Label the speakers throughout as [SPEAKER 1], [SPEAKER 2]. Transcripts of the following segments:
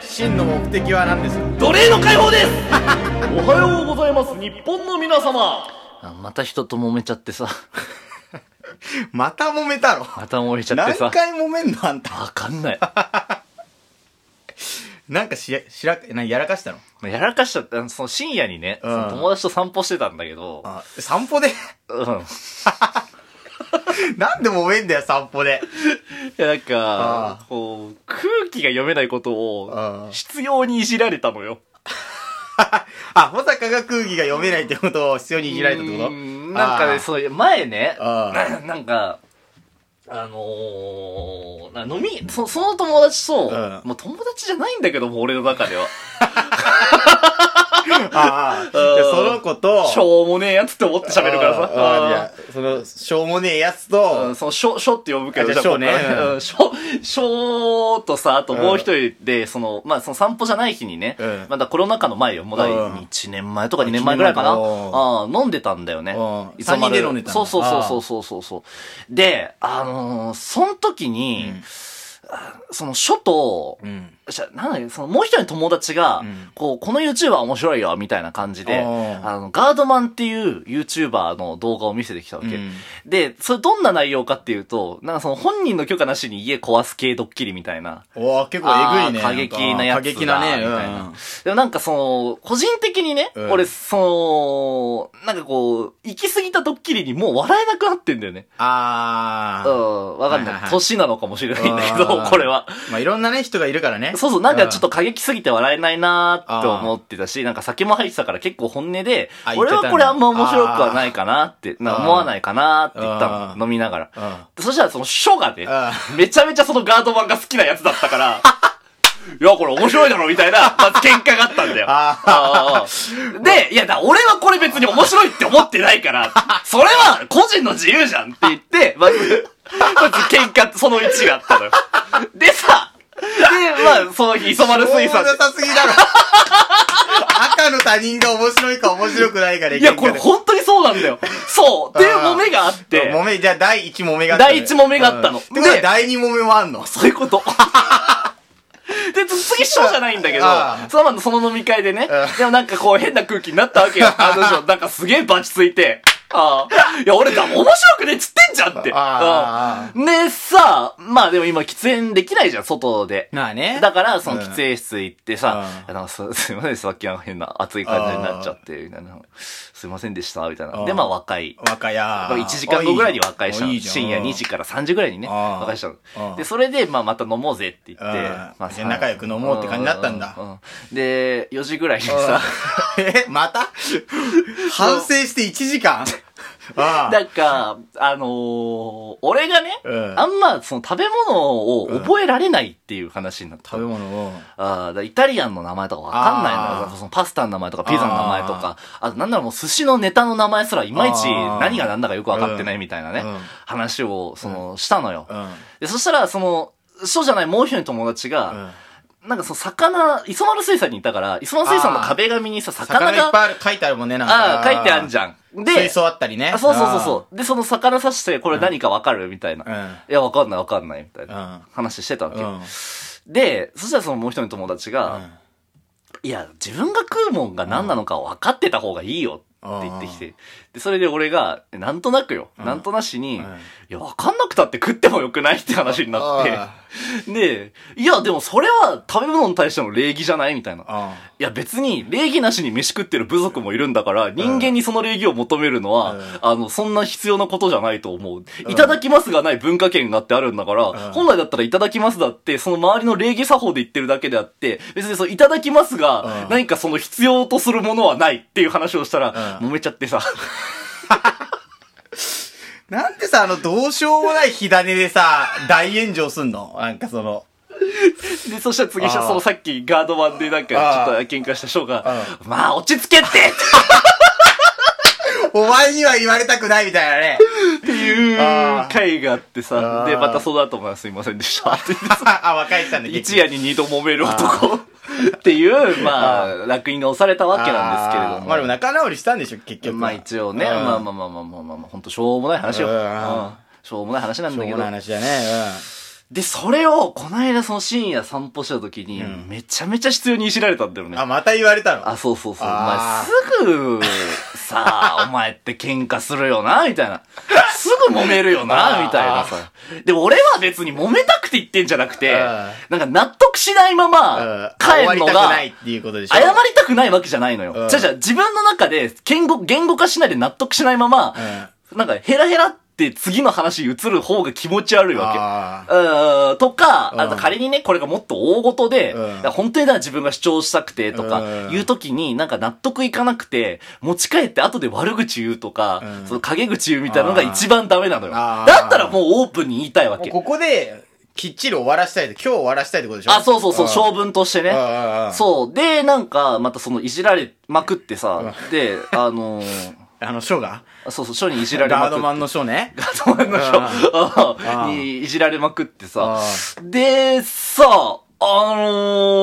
[SPEAKER 1] 真の目的は何ですか
[SPEAKER 2] 奴隷の解放 ですおはようございます日本の皆様
[SPEAKER 3] あまた人と揉めちゃってさ。
[SPEAKER 1] また揉めたろ。
[SPEAKER 3] また揉めちゃって
[SPEAKER 1] 何
[SPEAKER 3] さ。
[SPEAKER 1] 回揉めんのあんた。
[SPEAKER 3] わかんない。
[SPEAKER 1] なんかしや、しら、な、やらかしたの
[SPEAKER 3] やらかしちゃったあの、その深夜にね、
[SPEAKER 1] うん
[SPEAKER 3] その友達と散歩してたんだけど、
[SPEAKER 1] あ、散歩で
[SPEAKER 3] うん。い
[SPEAKER 1] なんで揉めんだよ、散歩で。
[SPEAKER 3] や、なん
[SPEAKER 1] あ
[SPEAKER 3] か、こう、空気が読めないこと
[SPEAKER 1] あ
[SPEAKER 3] を
[SPEAKER 1] あ、
[SPEAKER 3] 必要にいじられたのよ。
[SPEAKER 1] あ、保坂が空気が読めないってことを必要にいじられたってこと
[SPEAKER 3] うーんなんか
[SPEAKER 1] あ
[SPEAKER 3] ね、
[SPEAKER 1] ー
[SPEAKER 3] そういう、前ね、
[SPEAKER 1] あ
[SPEAKER 3] なんか、あのー、な飲み、そその友達と、
[SPEAKER 1] うん
[SPEAKER 3] もう友達じゃないんだけども、俺の中では。
[SPEAKER 1] ああ、じ
[SPEAKER 3] うん
[SPEAKER 1] ゃあその子と、
[SPEAKER 3] しょうもねえやつって思って喋るからさ。
[SPEAKER 1] ああいやその、しょうもねえやつと、
[SPEAKER 3] うんその、しょ、しょって呼ぶけど、
[SPEAKER 1] あじゃあ
[SPEAKER 3] じゃあここ
[SPEAKER 1] しょうねうん
[SPEAKER 3] うんしょ、しょーとさ、あともう一人で、その、まあ、その散歩じゃない日にね、
[SPEAKER 1] うん
[SPEAKER 3] まだコロナ禍の前よ、もうだい
[SPEAKER 1] うん
[SPEAKER 3] 1年前とか2年前ぐらいかな、
[SPEAKER 1] 一年前か
[SPEAKER 3] ああ飲んでたんだよね
[SPEAKER 1] う。ん
[SPEAKER 3] いつま
[SPEAKER 1] 三人で飲んでたんだ
[SPEAKER 3] そうそうそうそうそうそう。で、あのーその時に、
[SPEAKER 1] うん
[SPEAKER 3] その、書と、
[SPEAKER 1] うん。
[SPEAKER 3] じゃ、なんだっけ、その、もう一人の友達が、
[SPEAKER 1] うん
[SPEAKER 3] こう、この YouTuber 面白いよ、みたいな感じで、
[SPEAKER 1] あー
[SPEAKER 3] あの、ガードマンっていう YouTuber の動画を見せてきたわけ。
[SPEAKER 1] うん
[SPEAKER 3] で、それどんな内容かっていうと、なんかその本人の許可なしに家壊す系ドッキリみたいな。
[SPEAKER 1] おー結構えぐいね。
[SPEAKER 3] あー過激なやつ
[SPEAKER 1] 過
[SPEAKER 3] だ。
[SPEAKER 1] 激なね、
[SPEAKER 3] みたいな、
[SPEAKER 1] うん
[SPEAKER 3] でもなんかその、個人的にね、
[SPEAKER 1] うん
[SPEAKER 3] 俺、その、なんかこう、行き過ぎたドッキリにもう笑えなくなってんだよね。
[SPEAKER 1] あ
[SPEAKER 3] う
[SPEAKER 1] あ。
[SPEAKER 3] ん、わか
[SPEAKER 1] はい
[SPEAKER 3] ん
[SPEAKER 1] はいは
[SPEAKER 3] ないい。歳なのかもしれないんだけど
[SPEAKER 1] あ、ー
[SPEAKER 3] これは。
[SPEAKER 1] まあいろんなね、人がいるからね。
[SPEAKER 3] そうそう、なんかちょっと過激すぎて笑えないなーって
[SPEAKER 1] あー
[SPEAKER 3] 思ってたし、なんか酒も入ってたから結構本音で
[SPEAKER 1] あ、言っ
[SPEAKER 3] 俺
[SPEAKER 1] てたんだ
[SPEAKER 3] はこれあんま面白くはないかなって、なんか思わないかなーって言った
[SPEAKER 1] あー
[SPEAKER 3] の、飲みながら。
[SPEAKER 1] うん。うん。
[SPEAKER 3] でそしたらその書がね
[SPEAKER 1] あ、
[SPEAKER 3] めちゃめちゃそのガードマンが好きなやつだっ たから、いや、これ面白いだろみたいな、まず喧嘩があったんだよ。
[SPEAKER 1] あ
[SPEAKER 3] あー で、いや、だ俺はこれ別に面白いって思ってな いから、それは個人の自由じゃんって言って、まず、まず喧嘩、その1があったのよ。でさ、で、まあ、その日、磯丸水産
[SPEAKER 1] しょうもなさすぎだろ。 赤の他人が面白いか面白くないかで
[SPEAKER 3] いや、これ本当にそうなんだよ。そう。っていう
[SPEAKER 1] あー
[SPEAKER 3] 揉めがあって、
[SPEAKER 1] もめ、じゃあ第1もめがあったのよ。
[SPEAKER 3] 第一もめがあったの
[SPEAKER 1] うんってことは
[SPEAKER 3] で
[SPEAKER 1] 第2もめもあんの
[SPEAKER 3] そういうこと。 で、次、ショーじゃないんだけど
[SPEAKER 1] あ、
[SPEAKER 3] そのままその飲み会でね
[SPEAKER 1] う、
[SPEAKER 3] でもなんかこう変な空気になったわけよ。あの人、なんかすげえバチついて、ああ、いや、俺だ、面白くねえっつってんじゃんって。
[SPEAKER 1] あ
[SPEAKER 3] うんで、さあ、まあでも今喫煙できないじゃん、外で。
[SPEAKER 1] まあね
[SPEAKER 3] だから、その
[SPEAKER 1] うん
[SPEAKER 3] 喫煙室行ってさ
[SPEAKER 1] うん、
[SPEAKER 3] いやなんかすすいません、さっきなんか変な熱い感じになっちゃって、みたいな。すいませんでした、みたいな。で、
[SPEAKER 1] うん
[SPEAKER 3] まあ若い
[SPEAKER 1] 若いや
[SPEAKER 3] 1時間後ぐらいに和解したの。
[SPEAKER 1] いいじゃん
[SPEAKER 3] 深夜2時。から3時ぐらいにね、
[SPEAKER 1] あー
[SPEAKER 3] 和解した
[SPEAKER 1] あー
[SPEAKER 3] の。で、それで、まあ、また飲もうぜって言って、
[SPEAKER 1] あー
[SPEAKER 3] まあ
[SPEAKER 1] じゃあ仲良く飲もうって感じだったんだ。
[SPEAKER 3] うううんで、4時ぐらいに
[SPEAKER 1] うん
[SPEAKER 3] さ、
[SPEAKER 1] えまた反省して1時 間ああ。
[SPEAKER 3] なんか、あのー俺がね、
[SPEAKER 1] うん
[SPEAKER 3] あんま、その食べ物を覚えられないっていう話になった。
[SPEAKER 1] 食べ物を。
[SPEAKER 3] あーだからイタリアンの名前とかわかんないの
[SPEAKER 1] あー
[SPEAKER 3] よだからそのパスタの名前とかピザの名前とか、あとなんならもう寿司のネタの名前すらいまいち
[SPEAKER 1] あー
[SPEAKER 3] 何が何だかよくわかってないみたいなね、
[SPEAKER 1] うんうん
[SPEAKER 3] 話を、その、したのよ。
[SPEAKER 1] うん。
[SPEAKER 3] で、そしたら、その、そうじゃないもう一人の友達が、なんかその魚、磯丸水産にいたから、磯丸水産の壁紙にさ、魚
[SPEAKER 1] 魚いっ
[SPEAKER 3] が、
[SPEAKER 1] ぱいある、書いてあるもんね、なんか。
[SPEAKER 3] ああ、書いてあんじ
[SPEAKER 1] ゃ
[SPEAKER 3] ゃん。
[SPEAKER 1] ん水
[SPEAKER 3] で、
[SPEAKER 1] 槽あったりね。
[SPEAKER 3] あそうそうそうそう。で、その魚刺して、これ何かわかるみたいな。
[SPEAKER 1] うん。う
[SPEAKER 3] い
[SPEAKER 1] ん。
[SPEAKER 3] や、わかんないわかんない、みたいな。
[SPEAKER 1] うん。
[SPEAKER 3] 話してたわけ
[SPEAKER 1] う
[SPEAKER 3] よ。
[SPEAKER 1] ん。
[SPEAKER 3] で、そしたらそのもう一人の友達が、いや、自分が食うもんが何なのか分かってた方がいいよって言ってきて。で、それで俺が、なんとなくよ。なんとなしに、
[SPEAKER 1] うん
[SPEAKER 3] いや、分かんなくたって食ってもよくないって話になって。で、いや、でもそれは食べ物に対しての礼儀じゃないみたいな。
[SPEAKER 1] あ
[SPEAKER 3] いや、別に礼儀なしに飯食ってる部族もいるんだから、人間にその礼儀を求めるのは、
[SPEAKER 1] うん
[SPEAKER 3] あの、そんな必要なことじゃないと思う。いただきますがない文化圏があってあるんだから、
[SPEAKER 1] ん
[SPEAKER 3] 本来だったらいただきますだって、その周りの礼儀作法で言ってるだけであって、別にそのいただきますが、
[SPEAKER 1] うん
[SPEAKER 3] 何かその必要とするものはないっていう話をしたら、
[SPEAKER 1] うん
[SPEAKER 3] 揉めちゃってさ。
[SPEAKER 1] なんでさ、あの、どうしようもない火種でさ、大炎上すんのなんかその、
[SPEAKER 3] で、そしたら次、
[SPEAKER 1] あー
[SPEAKER 3] そのさっきガードマンでなん
[SPEAKER 1] あ
[SPEAKER 3] か
[SPEAKER 1] ー
[SPEAKER 3] ちょっと喧嘩した人が、まあ落ち着けって
[SPEAKER 1] お前には言われたくないみたいな ね。
[SPEAKER 3] っていう回があって
[SPEAKER 1] あ
[SPEAKER 3] さ、
[SPEAKER 1] ー
[SPEAKER 3] で、またその後もすいませんでしたって言ってさ。
[SPEAKER 1] あ、和解したんだ、結
[SPEAKER 3] 一
[SPEAKER 1] 局
[SPEAKER 3] 夜に二度揉める男っていう、まあ、楽に押されたわけなんですけれど
[SPEAKER 1] あー
[SPEAKER 3] も。
[SPEAKER 1] まあでも仲直りしたんでしょ、結局。
[SPEAKER 3] まあ一応ね、
[SPEAKER 1] うん
[SPEAKER 3] まあまあまあまあまあまあまあ、ほんとしょうもない話よ。
[SPEAKER 1] う
[SPEAKER 3] うんんしょうもない話なん
[SPEAKER 1] しょ
[SPEAKER 3] だ
[SPEAKER 1] う
[SPEAKER 3] け
[SPEAKER 1] も
[SPEAKER 3] ど
[SPEAKER 1] ない。話だね。
[SPEAKER 3] で、それを、この間その深夜散歩した時に、
[SPEAKER 1] うん
[SPEAKER 3] めちゃめちゃ必要にいじられたんだよね。
[SPEAKER 1] あ、また言われたの
[SPEAKER 3] あ、そうそうそう。お前
[SPEAKER 1] あ
[SPEAKER 3] すぐ、さあ、お前って喧嘩するよな、みたいな。すぐ揉めるよな、
[SPEAKER 1] あー
[SPEAKER 3] みたいなさ。で、俺は別に揉めたくて言ってんじゃなくて
[SPEAKER 1] あ、
[SPEAKER 3] なんか納得しないま
[SPEAKER 1] うん
[SPEAKER 3] ま、
[SPEAKER 1] 終わ
[SPEAKER 3] 帰る
[SPEAKER 1] り
[SPEAKER 3] の
[SPEAKER 1] たく
[SPEAKER 3] が
[SPEAKER 1] な、いっていうことでしょ。
[SPEAKER 3] 謝りたくないわけじゃないの
[SPEAKER 1] う
[SPEAKER 3] よ。
[SPEAKER 1] ん
[SPEAKER 3] じゃあじゃあ自分の中で、言語、言語化しないで納得しないまま、なんかヘラヘラって次の話に移る方が気持ち悪い
[SPEAKER 1] うん。
[SPEAKER 3] わけ。
[SPEAKER 1] あー
[SPEAKER 3] うんとか、
[SPEAKER 1] うん
[SPEAKER 3] あと仮にね、これがもっと大ごとで、
[SPEAKER 1] うん
[SPEAKER 3] いや本当にだから自分が主張したくてと
[SPEAKER 1] う
[SPEAKER 3] か、
[SPEAKER 1] ん
[SPEAKER 3] いう時になんか納得いかなくて、持ち帰って後で悪口言うとか、
[SPEAKER 1] うん
[SPEAKER 3] その陰口言うみたいなのが一番ダメなのよ。
[SPEAKER 1] あー
[SPEAKER 3] だったらもうオープンに言いたいわ
[SPEAKER 1] もう
[SPEAKER 3] け。
[SPEAKER 1] ここで、きっちり終わらしたいと、今日終わらしたいってことでしょ
[SPEAKER 3] あ、そうそうそう、
[SPEAKER 1] 勝
[SPEAKER 3] 性分としてね。
[SPEAKER 1] 負
[SPEAKER 3] そう。で、なんか、またその、いじられまくってさ、で、あのー
[SPEAKER 1] あの、書が
[SPEAKER 3] そうそう、書にいじられまく
[SPEAKER 1] ガ
[SPEAKER 3] っ
[SPEAKER 1] ード
[SPEAKER 3] て。
[SPEAKER 1] マンの書 ね。
[SPEAKER 3] 頭の
[SPEAKER 1] あ
[SPEAKER 3] 人
[SPEAKER 1] あ
[SPEAKER 3] にいじられまくってさ
[SPEAKER 1] あ。
[SPEAKER 3] で、さ、あの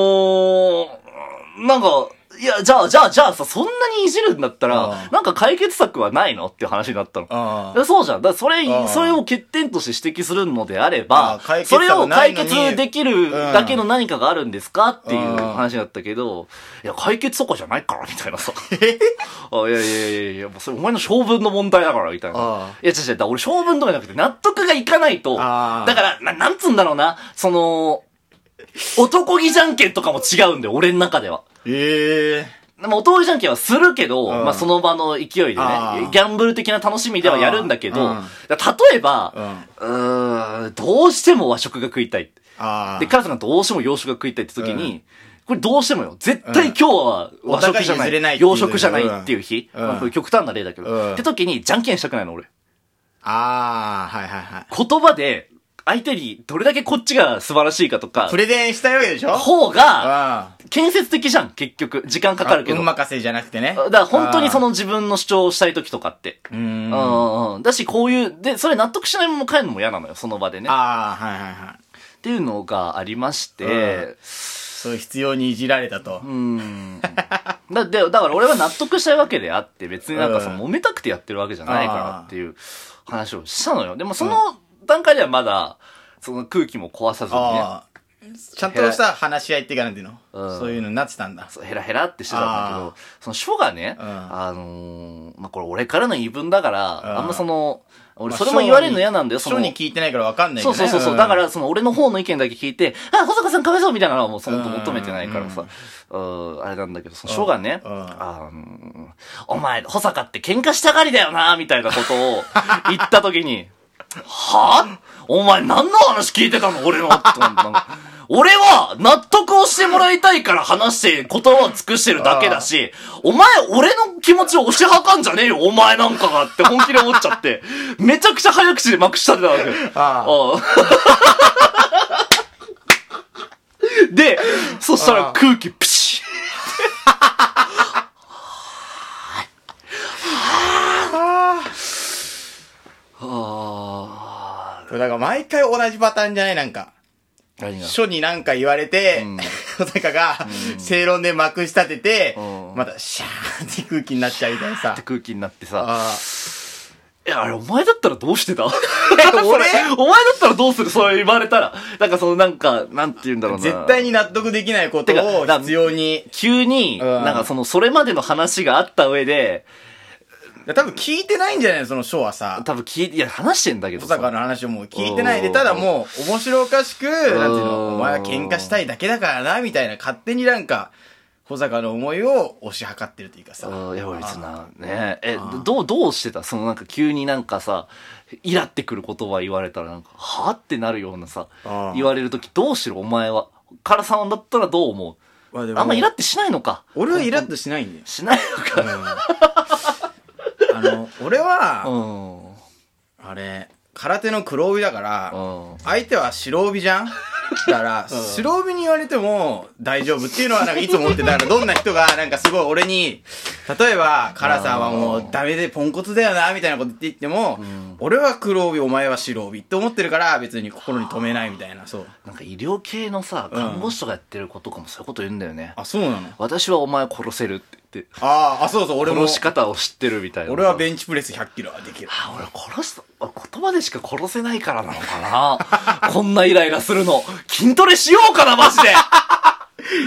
[SPEAKER 3] ー、なんか、いや、じゃあ、じゃあ、じゃあさ、そんなにいじるんだった
[SPEAKER 1] あ
[SPEAKER 3] ら
[SPEAKER 1] あ、
[SPEAKER 3] なんか解決策はないのっていう話になったの。
[SPEAKER 1] あ
[SPEAKER 3] でそうじゃん。だからそれ
[SPEAKER 1] あ、あ
[SPEAKER 3] それを欠点として指摘するのであれ
[SPEAKER 1] ああ
[SPEAKER 3] ば
[SPEAKER 1] 解、決
[SPEAKER 3] そ
[SPEAKER 1] 策
[SPEAKER 3] れを
[SPEAKER 1] ない
[SPEAKER 3] 解
[SPEAKER 1] のに
[SPEAKER 3] 決できるだけの何かがあるんですかっていう
[SPEAKER 1] ああ
[SPEAKER 3] 話だったけど、いや、解決とかじゃないから、みたい なさ。あいやいやいやいや、もうそれお前の性分の問題だから、みたいな。
[SPEAKER 1] ああ
[SPEAKER 3] いや、違う違う、だから俺性分とかじゃなくて納得がいかないと、だ
[SPEAKER 1] ああ
[SPEAKER 3] から、な、なんつうんだろうな、その、男気じゃんけんとかも違うんだよ、俺の中では。
[SPEAKER 1] ええ。
[SPEAKER 3] まあ、男気じゃんけんはするけど、
[SPEAKER 1] ん
[SPEAKER 3] まあ、その場の勢いでね
[SPEAKER 1] ああ、
[SPEAKER 3] ギャンブル的な楽しみではやるんだけど、
[SPEAKER 1] あ
[SPEAKER 3] だから例えば、うーん、どうしても和食が食いたい。
[SPEAKER 1] ああ。
[SPEAKER 3] で、彼女がどうしても洋食が食いたいって時に、これどうしてもよ。絶対今日は和食じゃ
[SPEAKER 1] お互い
[SPEAKER 3] な
[SPEAKER 1] 譲
[SPEAKER 3] い。
[SPEAKER 1] れないっていう
[SPEAKER 3] 洋食じゃないっていう日。
[SPEAKER 1] うん
[SPEAKER 3] まあこれ極端な例だけど、
[SPEAKER 1] うん
[SPEAKER 3] って時に、じゃんけんしたくないの、俺。
[SPEAKER 1] ああ、はいはいはい。
[SPEAKER 3] 言葉で、相手にどれだけこっちが素晴らしいかとか
[SPEAKER 1] プ、レゼンしたいわけでしょ
[SPEAKER 3] 方が、
[SPEAKER 1] ああ。
[SPEAKER 3] 建設的じゃん、結局。時間かかるけど。
[SPEAKER 1] 運
[SPEAKER 3] だか
[SPEAKER 1] 任せじゃなくてね。
[SPEAKER 3] ら本当にその自分の主張をしたい時とかって。
[SPEAKER 1] ああ。うー。
[SPEAKER 3] うんん
[SPEAKER 1] あ
[SPEAKER 3] うんうん。だし、こういう、で、それ納得しないまま帰るのも嫌なのよ、その場でね。っ
[SPEAKER 1] あ、はいはいはい。
[SPEAKER 3] ていうのがありまして、
[SPEAKER 1] うんそういう必要にいじられたと。
[SPEAKER 3] うん。だ、で、だから俺は納得したいわけであって、別になんかそ
[SPEAKER 1] うん
[SPEAKER 3] の揉めたくてやってるわけじゃないからっていう話をしたのよ。でもその段階ではまだ、その空気も壊さずにね、
[SPEAKER 1] ああ。ちゃんとした話し合いっていうかなんていうの
[SPEAKER 3] うん
[SPEAKER 1] そういうのになってたんだ。
[SPEAKER 3] そうヘラヘラってしてたんだけ
[SPEAKER 1] あ
[SPEAKER 3] ど、その書がね、
[SPEAKER 1] うん
[SPEAKER 3] あのーまあ、これ俺からの言い分だから、
[SPEAKER 1] うん
[SPEAKER 3] あんまその、俺
[SPEAKER 1] まあ
[SPEAKER 3] それも言われるの嫌なんだよ、その
[SPEAKER 1] 書。に聞いてないからわかんないけ
[SPEAKER 3] そ
[SPEAKER 1] ど
[SPEAKER 3] う
[SPEAKER 1] ね
[SPEAKER 3] そうそう。そうだから、その俺の方の意見だけ聞いて、あ、保坂さんかわいそうみたいなのはもうその
[SPEAKER 1] うん
[SPEAKER 3] 求めてないからさ、うん、あれなんだけど、その書がね、
[SPEAKER 1] うん
[SPEAKER 3] あのお前、保坂って喧嘩したがりだよな、みたいなこと を言った時に、はぁお前何の話聞いてたの俺のって思ったの俺は納得をしてもらいたいから話して言葉を尽くしてるだけだし、お前俺の気持ちを押し量んじゃねえよ、お前なんかがって本気で思っちゃって、めちゃくちゃ早口でまくしたてたわけよ。
[SPEAKER 1] ああ
[SPEAKER 3] うん で、そしたら空気ピシッあ
[SPEAKER 1] これだから毎回同じパターンじゃないなんか。
[SPEAKER 3] あ。何が
[SPEAKER 1] 書になんか言われて、 小高が、正論でまくし立てて
[SPEAKER 3] うん、
[SPEAKER 1] またシャーって空気になっちゃうみたいなさ
[SPEAKER 3] って。空気になってさ。
[SPEAKER 1] あ
[SPEAKER 3] いや、あれ、お前だったらどうし てた
[SPEAKER 1] 俺
[SPEAKER 3] それ お前だったらどうするそれ言われたら。なんかその、なんか、なんて言うんだろう
[SPEAKER 1] あ
[SPEAKER 3] な。
[SPEAKER 1] 絶対に納得できないこと
[SPEAKER 3] てか
[SPEAKER 1] を
[SPEAKER 3] だ
[SPEAKER 1] 必要に。
[SPEAKER 3] 急に、
[SPEAKER 1] うん
[SPEAKER 3] なんかその、それまでの話があった上で、
[SPEAKER 1] 多分聞いてないんじゃないのその書はさ。
[SPEAKER 3] 多分聞いて、いや、話してんだけど
[SPEAKER 1] 小
[SPEAKER 3] さ。
[SPEAKER 1] 坂の話をもう聞いてないで、
[SPEAKER 3] うん
[SPEAKER 1] ただもう面白おかしく、なんていう
[SPEAKER 3] うん
[SPEAKER 1] の、お前は喧嘩したいだけだからな、みたいな、勝手になんか、小坂の思いを押し量ってるというかさ。
[SPEAKER 3] うんいや、別にな、ねえ、どう、どうしてたそのなんか急になんかさ、イラってくる言葉言われたらなんか、はってなるようなさ
[SPEAKER 1] あ、
[SPEAKER 3] 言われるときどうしろお前は。からさんだったらどう思
[SPEAKER 1] まあで
[SPEAKER 3] う
[SPEAKER 1] も
[SPEAKER 3] あんまイラってしないのか。
[SPEAKER 1] 俺はイラッとしないんだよ。
[SPEAKER 3] しないのか。
[SPEAKER 1] あの、俺
[SPEAKER 3] う
[SPEAKER 1] は、
[SPEAKER 3] ん。うん。
[SPEAKER 1] あれ、空手の黒帯だから、相手は白帯じゃんだ から、白帯に言われても大丈夫っていうのはなんかいつも思ってたから、どんな人がなんかすごい俺に、例えば、カラさんはもうダメでポンコツだよな、みたいなこと言って言っても、俺は黒帯、お前は白帯って思ってるから、別に心に留めないみたいな、そう。
[SPEAKER 3] なんか医療系のさ、看護師とかやってる子とかもそういうこと言うんだよね。
[SPEAKER 1] あ、そうなの
[SPEAKER 3] 私はお前殺せるってって。
[SPEAKER 1] ああ、あ、そうそう、俺も
[SPEAKER 3] 殺。し方を知ってるみたいな。
[SPEAKER 1] 俺は
[SPEAKER 3] ン
[SPEAKER 1] ベンチプレス100キロはできる。
[SPEAKER 3] あ、俺殺す、言葉でしか殺せないからなのかな こんなイライラするの。筋トレしようかな、マジ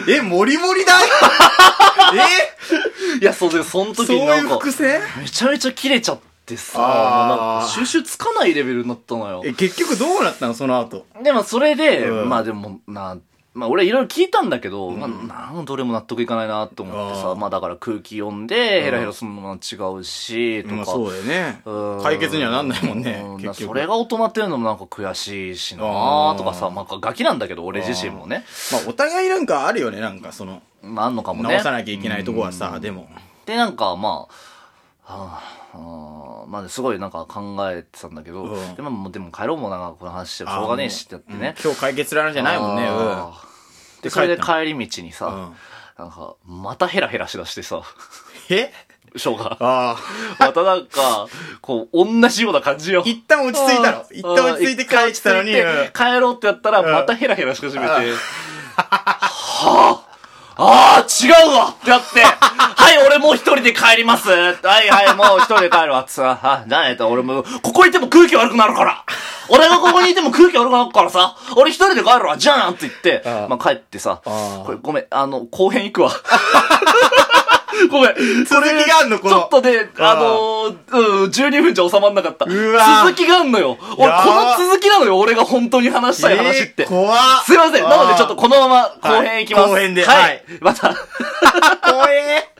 [SPEAKER 3] で
[SPEAKER 1] え、モリモリだ え
[SPEAKER 3] いや、そうで、その時
[SPEAKER 1] そう
[SPEAKER 3] にないん
[SPEAKER 1] う
[SPEAKER 3] か、
[SPEAKER 1] 伏線
[SPEAKER 3] めちゃめちゃ切れちゃってさ、もう
[SPEAKER 1] あー
[SPEAKER 3] なんか収集つかないレベルになったのよ。
[SPEAKER 1] え、結局どうなったのその後。
[SPEAKER 3] でもそれで、
[SPEAKER 1] うん
[SPEAKER 3] まあでもな、まあ俺いろいろ聞いたんだけど、まあなんどれも納得いかないなと思って
[SPEAKER 1] あ
[SPEAKER 3] さ、
[SPEAKER 1] ー
[SPEAKER 3] まあだから空気読んで、ヘラヘラするのも違うし、とか。
[SPEAKER 1] まあそうだよね
[SPEAKER 3] うん。
[SPEAKER 1] 解決にはなんないもんね
[SPEAKER 3] う。
[SPEAKER 1] 結
[SPEAKER 3] それ
[SPEAKER 1] 局。
[SPEAKER 3] が大人っていうのもなんか悔しいしな
[SPEAKER 1] あー
[SPEAKER 3] とかさ、まあガキなんだけど俺自身もね。
[SPEAKER 1] まあお互いなんかあるよね、なんかその、
[SPEAKER 3] まああんのかもね。
[SPEAKER 1] 直さなきゃいけないとこはさ、でも。
[SPEAKER 3] で、なんか、まあ、はあ、はあまあ、すごいなんか考えてたんだけど、
[SPEAKER 1] うん
[SPEAKER 3] でも、もうでも帰ろうもなんかこの話してもしょうがねえしってやってね。
[SPEAKER 1] うん今日解決ラなじゃないもんね。うん
[SPEAKER 3] あーで、それで
[SPEAKER 1] 帰った
[SPEAKER 3] 帰り道にさ、なんか、またヘラヘラしだしてさ、
[SPEAKER 1] え
[SPEAKER 3] ショーが。
[SPEAKER 1] ああ。
[SPEAKER 3] またなんか、こう、同じような感じよ。
[SPEAKER 1] 一旦落ち着いたの。一旦落ち着いて帰ってたのに。
[SPEAKER 3] 一回落ち着いて帰ろうってやったら、
[SPEAKER 1] うん
[SPEAKER 3] またヘラヘラし始めて。はあ、ああ、違うわってやって、はい、俺もう一人で帰ります。はい、はい、もう一人で帰るわ。つあ、あじゃあねえと、俺も、ここにいても空気悪くなるから。俺がここにいても空気悪くなるからさ、俺一人で帰るわ。じゃあなって言って、
[SPEAKER 1] うん
[SPEAKER 3] まあ帰ってさ、
[SPEAKER 1] うん
[SPEAKER 3] これごめん、あの、後編行くわ。ごめん。
[SPEAKER 1] 続きがあんのこ
[SPEAKER 3] ちょっ
[SPEAKER 1] の。
[SPEAKER 3] とね、あのー、うん、12分じゃ収まんなかった。
[SPEAKER 1] うわ
[SPEAKER 3] 続きがあんのよ。俺、こ
[SPEAKER 1] やば
[SPEAKER 3] の続きなのよ、俺が本当に話したい話って。
[SPEAKER 1] えー怖っ
[SPEAKER 3] すいません。なので、ちょっとこのまま後編いきます。
[SPEAKER 1] はい後編で
[SPEAKER 3] は
[SPEAKER 1] はいい。
[SPEAKER 3] また。
[SPEAKER 1] 怖え。